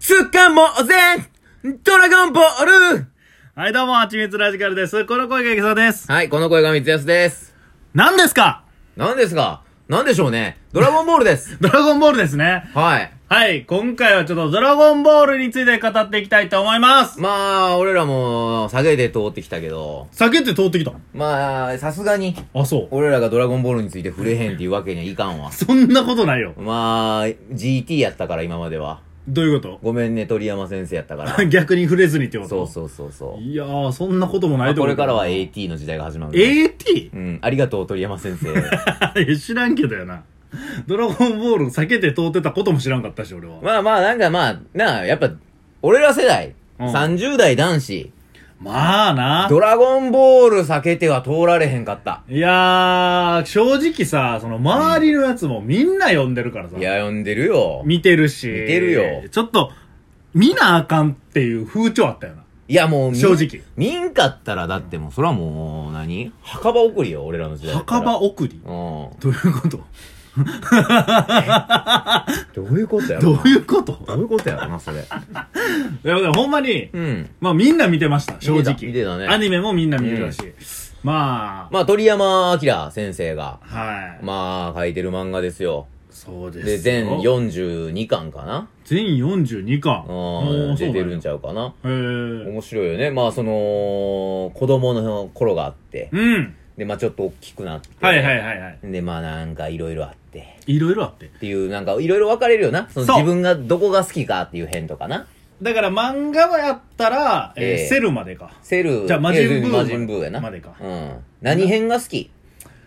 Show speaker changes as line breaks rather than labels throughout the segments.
掴もうぜドラゴンボール
はい、どうも、はちみつラジカルです。この声がゲサです。
はい、この声が三つやすです。
何ですか
何ですか何でしょうねドラゴンボールで す。
ドラゴンボールですね。
はい。
はい、今回はちょっとドラゴンボールについて語っていきたいと思います。
まあ、俺らも、下げて通ってきたけど、
酒って通ってきたの
まあ、さすがに、
あ、そう。
俺らがドラゴンボールについて触れへんっていうわけにはいかんわ。
そんなことないよ。
まあ、GT やったから今までは。
どういうこ
ごめんね、鳥山先生やった から
と。逆に触れずにってこと
そうそうそうそう。
いやー、そんなこともな
ま
い
あ
と
こ
思
れ
う
からは AT の時代が始まるね。
AT?
うん、ありがとう、鳥山先生。
いや知らんけどやな。ドラゴンボール避けて通ってたことも知らんかったし、俺は。
まあまあ、なんかまあ、なあ、やっぱ、俺ら世代、
うん
30代男子、
まあな。
ドラゴンボール避けては通られへんかった。
いやー、正直さ、その周りのやつもみんな呼んでるからさ。
いや、呼んでるよ。
見てるし。
見てるよ
ちょっと、見なあかんっていう風潮あったよな。
いや、もう、み
正直。
見んかったら、だってもう、そらもう、何墓場送りよ、俺らの時代。
墓場送り
うん。
どういうこと
どういうことや
ど
ろ
ういうこと
どういうことやろな、それ。
いや、でもほんまに、
うん。
まあみんな見てました、正
見て
直。
た見てたね
アニメもみんな見てたし。まあ、
まあ、鳥山明先生が、
はい。
まあ、書いてる漫画ですよ。
そうですよ。
で、全42巻かな
全42巻。
うん、出てるん
じ
ちゃうかな。
ゃんや。へえ。
面白いよね。まあ、その、子供の頃があって、
うん。
で、まあ、ちょっと大きくなって、
はいはいはいはい。
で、まあ、なんか、いろいろあって、
いろいろあって。
っていう、なんか、いろいろ分かれるよな。その
そう
自分がどこが好きかっていう辺とかな。
だから漫画はやったら、えー
ええ
セルまでか。
セル、
じゃあ魔人ブー
いや魔人ブーやな。
までか
うん。何編が好き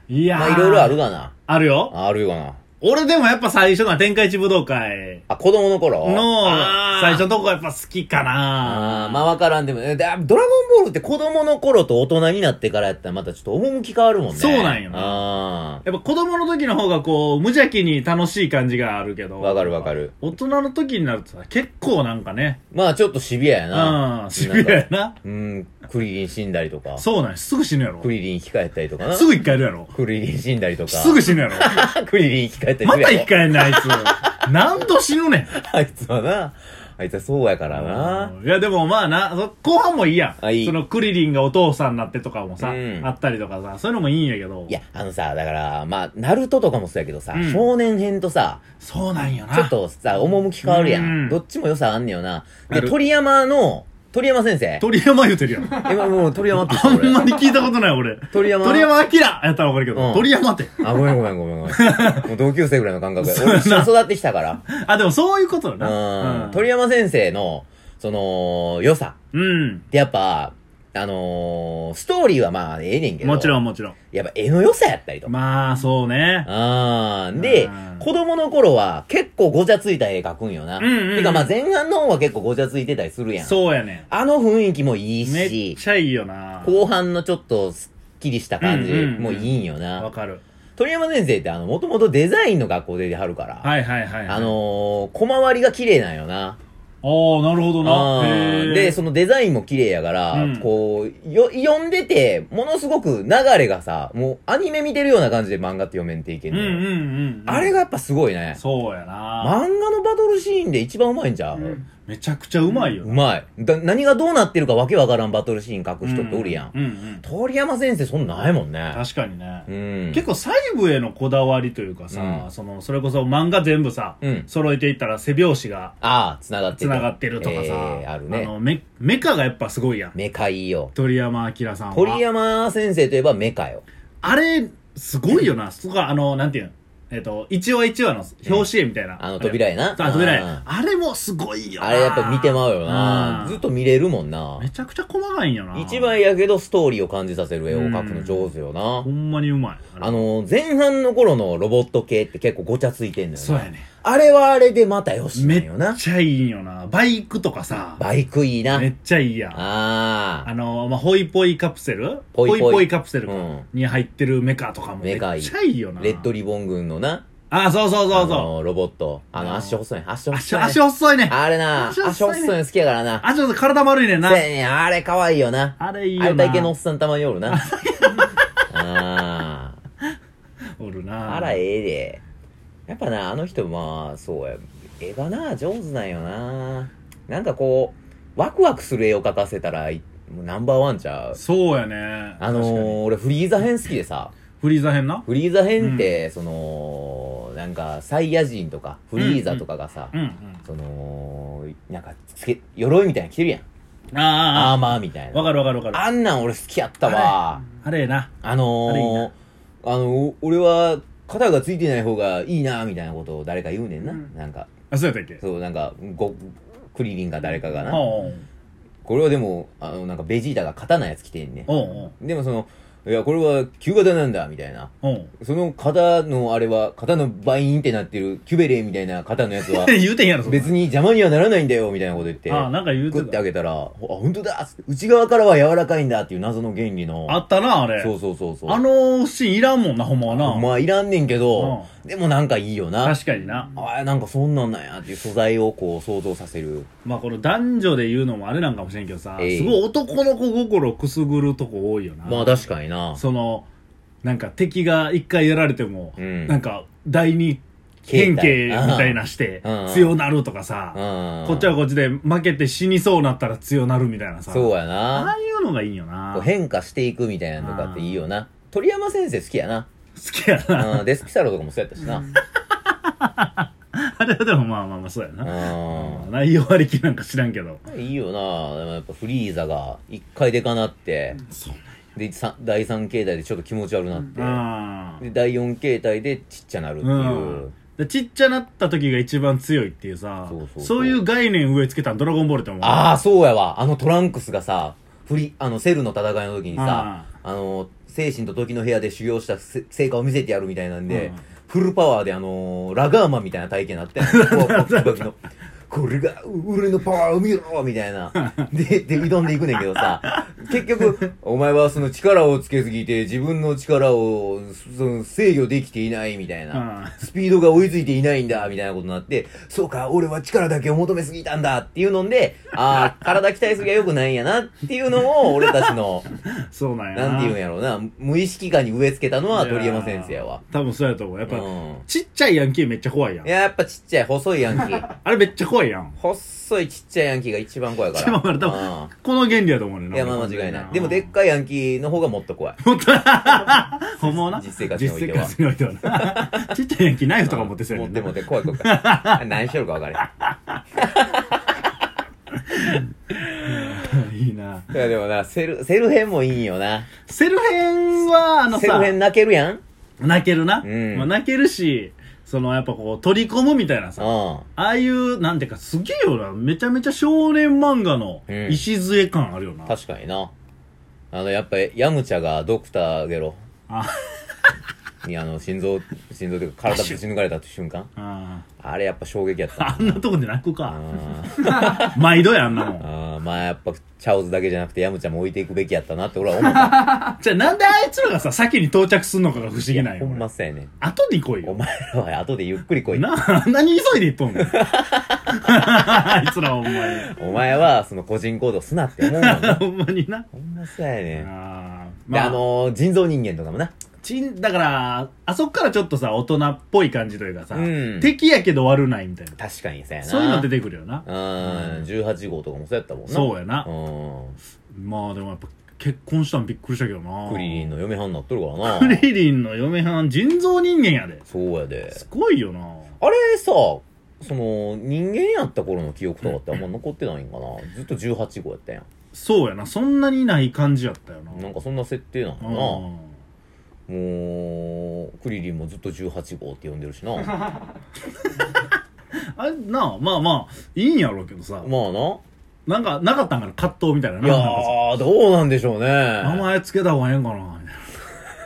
いやー。
まあ、いろいろある。がな。
あるよ。
あるよな。
俺でもやっぱ最初の天下一武道会
あ、子供の頃
の
あー
最初のとこがやっぱ好きか
あ
な
ーまあ分からんでも、えであドラゴンボールって子供の頃と大人になってからやったらまたちょっと趣変わるもんね。
そうなんよね
あ
やっぱ子供の時の方がこう、無邪気に楽しい感じがあるけど。
わかるわかる。
大人の時になるとさ、結構なんかね、
ーまあちょっとシビアやな。
うん、シビアや
んか。
な。
うん、クリリン死んだりとか。
そうなんやすぐ死ぬやろ
ク。リリン生き返ったりとかな。
すぐ一回やるやろ。
クリリン死んだりとか。
すぐ死ぬやろ。
クリリン生き返ったり
ます
るや
た
ろ
一回やんねあ いつ。何度死ぬねん。
あいつはな、あいつはそうやからな。
いやでもまあな、そ後半もいいやん。
あいい
そのクリリンがお父さんになってとかもさ、
うん
あったりとかさ、そういうのもいいんやけど。
いや、あのさ、だから、まあ、ナルトとかもそうやけどさ、
うん
少年編とさ、
そうなんよな。
ちょっとさ、趣変わるや
うん
ん。どっちも良さあんねよな。
あ
で、
る
鳥山の、鳥山先生。
鳥山言うてるやん。
え、まもう鳥山って
あん
俺
まり聞いたことない俺。
鳥山
鳥山明やったらわかるけど、
うん
鳥山って。
あ、ごめんごめんごめんごめん。 もう同級生ぐらいの感覚で。俺一緒に育ってきたか
あ、でもそういうことだ
ら。う
な。
ん。鳥山先生の、その、良さ。
うん。
で、やっぱ、あのー、ストーリーはまあ、ええねんけど。
もちろ
ん。
んもちろん。
やっぱ絵の良さやったりとか。
まあ、そうね。
あーで
うん、
子供の頃は結構ごちゃついた絵描くんよな。
うんうんうん
てかまあ前半の方は結構ごちゃついてたりするやん。
そうやね。
あの雰囲気もいい
めっ
し、
ちゃいいよな。
後半のちょっとスッキリした感じ
うんうんうん
もいいんよな。
わかる。
鳥山先生ってあの、もともとデザインの学校で出はるから、
はいはいはいはい。
あ、のー、小回りが綺麗なんよな。
ああ、なるほど
あ
な。へ
ー
ー
で、そのデザインも綺麗やから、
うん
こう、よ、読んでて、ものすごく流れがさ、もうアニメ見てるような感じで漫画って読めんっていけ
うん
んの
う
よ、
んうん。
あれがやっぱすごいね。
そうやな。
漫画のバトルシーンで一番うまいんちゃう、
めちゃくちゃうまいよ
う。まい。だ何がどうなってるかわけわからんバトルシーン書く人っておるやん。
うんうん。
鳥山先生そんなんないもんね。
確かにね
う。ん。
結構細部へのこだわりというかさ
う、ん
その、それこそ漫画全部さ
うん、
揃えていったら背拍子が
ああ、繋がって
つながってるとかさ、
えーあるね。
のメメカがやっぱすごいやん
メカいいよ。
鳥山明さんは
鳥山先生といえばメカよ。
あれすごいよなそこはあのなんていうのえっ、と一話一話の表紙絵みたいな、
あの扉やな。
ああ扉絵
うん
あれもすごいよな
あれやっぱ見てまうよな
う。ん
ずっと見れるもんな
め。ちゃくちゃ細かいんよな
一番やけどストーリーを感じさせる絵を描くの上手よな
ほ。んまにうまいれ
あの、前半の頃のロボット系って結構ごちゃついてんのよな。
そうやね
あれはあれでまたよしな
め
んよな
っ。ちゃいいんよなバイクとかさ
バイクいいな。
めっちゃいいやんあ
あ
の、まあ、ホイポイカプセル
ポイポイ
カプセルか
うん
に入ってるメカとかもめ
メ
っ
カいい
ちゃいいよ
あ。
な。
レッドリボン軍のな。
あ、そうそうそう
あ
そ
のロボット。あ
う
の、
ん
足細い。足
う。
細
足、
い。
足細いね。
あれな、
足
足
細いね
細いの好きやからな。
あ、ちょっと体丸いねんな。
せやねんあれ可愛いよな。
あれいい
あ
よ
れ
な。
体型のおっさんたまにおる な。あ
おる
あ。
な。
あら、ええで。やっぱな、あの人、まあ、そうや。絵がな、上手なんよな。なんかこう、ワクワクする絵を描かせたら、いもうナンバーワンちゃう。
そうやね。
あの
確か
ー、
に
俺フリーザ編好きでさ、
フリーザ編な。
フリーザ編って、その、なんか、サイヤ人とか、フリーザとかがさ、
うんうん。
その、なんか、つけ、鎧みたいなの着てるやん。ア
あ
ーマーみたい
あ、
な。
わかるわかるわかる。
あんなん俺好きやったわ。
あれやな。
あの
あれいい
ー
な、
あの、お俺は、肩がついてない方がいいな、みたいなことを誰か言うねんな。
うん
なんか、
あ、そうやったっけ
そう、なんか、ご、クリリンか誰かがな。
おう
これはでも、あの、なんかベジータが刀やつ着てんね。
おうおう
でもその、いや、これは旧型なんだ、みたいな。
おう、
その型のあれは、型のバインってなってるキュベレーみたいな型のやつは
言うてんやろ、そんなん
別に邪魔にはならないんだよ、みたいなこと言って。
ああ、なんか言う
食
て
って
た
あ。げたら、あ、本当だっつって内側からは柔らかいんだっていう謎の原理の。
あったな、あれ。
そうそうそうそう。
あのシーンいらんもんな、ほんまはな。
まあいらんねんけど、でもなんかいいよな。
確かにな。
ああ、なんかそんなんなんやっていう素材をこう想像させる。
まあこの男女で言うのもあれなんかもしれんけどさ、
ええ
すごい男の子心をくすぐるとこ多いよな。
まあ確かにな。
その、なんか敵が一回やられても、
うん
なんか第二変形み
形態
たいなして
うんうん、
強なるとかさ、
うん。
こっちはこっちで負けて死にそうなったら強なるみたいなさ。
そうや
あ
な。
あいうのがいいんよな。
こう
好
変化していくみたいなのとかっていいよな。鳥山先生好きや な。
きやな。
うん、デスピサロとかもそうやったしな。
あれはでもまあまあまあそうやな。
う
内容割り切なんか知らんけど。
ん。いいよな。でもやっぱフリーザが一回でかなって、
そう
で、さ第三形態でちょっと気持ち悪なって。
な
で第4形態でちっちゃなるっていう、
うんでちっちゃなった時が一番強いっていうさ
そうそうそう
そういう概念植え付けたのドラゴンボールって思う
ああそうやわあのトランクスがさフリあのセルの戦いの時にさあの精神と時の部屋で修行したせ成果を見せてやるみたいなんで、
うん
フルパワーであのーラガーマンみたいな体験になってんのこうこうこうこうこれが俺のパワーを見ろみたいな。で、で、挑んでいくねんけどさ、結局、お前はその力をつけすぎて自分の力をその制御できていないみたいな。
うん
スピードが追いついていないんだ、みたいなことになって、そうか、俺は力だけを求めすぎたんだっていうので、ああ、体鍛えすぎは良くないんやなっていうのを、俺たちの、
そう なんや
なんていうんやろうな、無意識下に植え付けたのは鳥山先生やわ。
多分そうやと思うやっ
う
ぱ、
ん。
ちっちゃいヤンキーめっちゃ怖いやん
いや、やっぱちっちゃい、細いヤンキ ー。
あれめっちゃ怖いやん
細いちっちゃいヤンキーが一番怖いから。
一番怖い多
うん
この原理やと思うねん
いや、まあ間違いない。でも、でっ
で
かいヤンキーの方がもっと怖い。
ほんまはな
実生活においては
実生活においてはな ちっちゃいヤンキーナイフとか持ってそうや
も
ね
うんでも
な
で、怖い怖い怖い。何しよるか分から
いいな
へん。いや、でもな、セル、セル編もいいんよな。
セル編はあの
セル
さ
編泣けるやん。うん。
泣けるな、
うん
まあ、泣けるしそのやっぱこう取り込むみたいなさ
あ
ああいう、なんていうか、すげえよな。めちゃめちゃ少年漫画の
うん
礎感あるよな。
確かにな。あの、やっぱ、ヤムチャがドクターゲロ
あ
に、あの、心臓、心臓というか体ぶち抜かれた瞬間。
あ
あれやっぱ衝撃やっ
あ
た。
んなとこで泣くか。
あ
毎度や、あんなもん。
あー、まあやっぱ、チャオズだけじゃなくてヤムチャも置いていくべきやったなって俺は 思った。
じゃあなんであいつらがさ、先に到着すんのかが不思議なん
ほん
よ。
まっ
俺
すやねん。
後に来い
お
よ。
前らは後でゆっくり来い。
な、あんなに急いで行っとんの あいつらほんまに。
お前は、その個人行動すなって思うもん な。
ほんまにな。
ほんまそうやねん。で、
あー
あ、
まあ、
のー人造人間とかもな。
ちん、だから、あそこからちょっとさ、大人っぽい感じというかさ、
うん
敵やけど悪ないみたいな。
確かにそうやな。
そういうの出てくるよな。
うん、18号とかもそうやったもんな。
そうやな。
うん。
まあでもやっぱ結婚したんびっくりしたけどな
クリリンの嫁はんなっとるからな。
ク リリンの嫁はん人造人間やで
そうやで。
すごいよな
あれさ、その、人間やった頃の記憶とかってあんま残ってないんかな。ずっと18号やったやん。
そうやなそんなにない感じやったよな
なんかそんな設定なのかな。
う
もう、クリリンもずっと18号って呼んでるしな。ま
んあれなあまあまあいいんやろうけどさ、
あな。
なんかなかったんかな葛藤みたいないな
や
なんかさ
ー、どうなんでしょうね。
名前つけた方がええんかなみたいな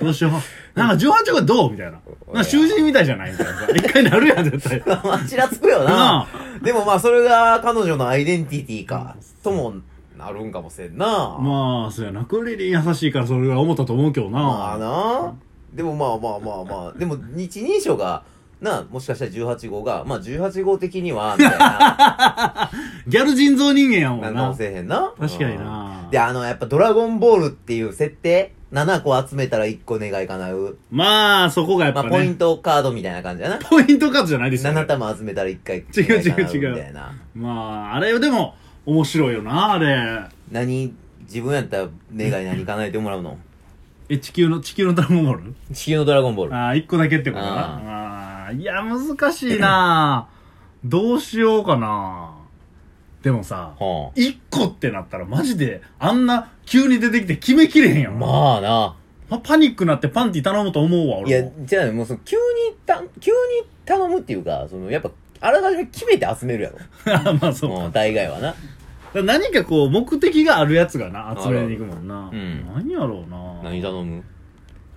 どうしよう なんか18号どうみたいななんか囚人みたいじゃないみたいなさ一回なるやん絶 対
まあちらつくよな
な。
でもまあ、それが彼女のアイデンティティか、ともなるんかもしれんな。ま
まあそうやなクリリン優しいからそれは思ったと思うけどな、
あな。でもまあまあまあまあ、でも一人称が、なあ、もしかしたら18号が、まあ18号的には、みたいな、
ギャル人造人間やもん
な
なん
かもせえへんな。
確かにな
うんで、あの、やっぱドラゴンボールっていう設定、 7個集めたら1個願い叶う。
まあ、そこがやっ
ま
ぱ
あ、ポイ
ね
ン。トカードみたいな感じだな。
ポイント数じゃないですよね。
7玉集めたら1回
違う違う
願い叶みたいな。
まあ、あれでも、面白いよな、あれ。
何、自分やったら願い何叶えてもらうの
え、地球の、地球のドラゴンボール
地球のドラゴンボール。
ああ、一個だけってこと
あ
な。ああー、いや、難しい な。どうしようかな。でもさ、
は
一個ってなったらマジで、あんな急に出てきて決めきれへんや
あ、
ん。
まあな。
まパニックなってパンティ頼むと思うわ、
い
俺
や
も。、
じゃあもうその、急にた、急に頼むっていうか、その、やっぱ、あらかじめ決めて集めるやろ。
まあそうか。
うん、大概はな。
だから何かこう、目的があるやつがな、集めに行くもんな。
るうん
何やろうな。
何頼む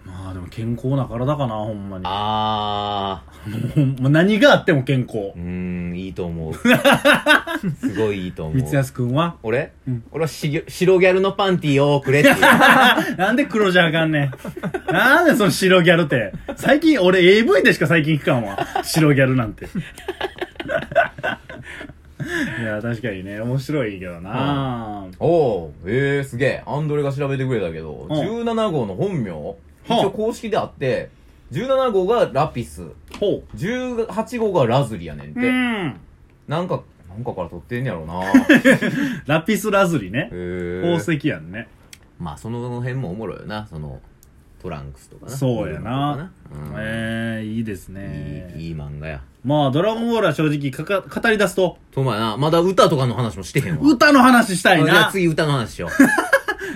まあでも健康な体かな、ほんまに。
ああ、
ほんま何があっても健康
う。ーん、いいと 思う。すごいいいと思
三
う。
安くんは
俺、
うん
俺はし白ギャルのパンティーをくれっていう。
なんで黒じゃあかんねん。なんでその白ギャルって。最近、俺 AV でしか最近聞かんわ。白ギャルなんて。 いや、確かにね、面白いけどな、
おおええー、すげえ。アンドレが調べてくれたけど、
うん
17号の本名、
あ
一応公式であって、17号がラピス、
ほ
18号がラズリやねん
う。
て。
うん。
なんか、なんかから撮ってんねやろな へ
ラピスラズリね。
え
宝石やんね。
まあ、その辺もおもろいよな。その、トランクスとかな。
そうやな
ブルーとかなうん
ええいいですね。
いい、いい漫画や。
まあ、ドラゴンボールは正直かか語り出すと、
とまやな、まだ歌とかの話もしてへんわ。
歌の話したい
じゃあ
な。
次歌の話しよ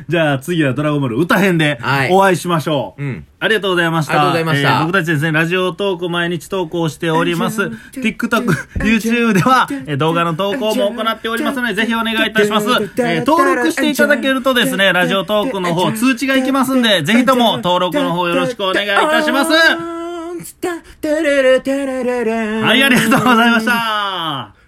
じゃあ次はドラゴンボール歌編で
はい
お会いしましょう。
う。うん。
ありがとうございました。
ありがとうございました
僕たちですね、ラジオトーク毎日投稿しております。TikTok、YouTube では、えー動画の投稿も行っておりますので、ぜひお願いいたします。えー登録していただけるとですね、ラジオトークの方通知がいきますんで、ぜひとも登録の方よろしくお願いいたします。
ます。
はい、ありがとうございました。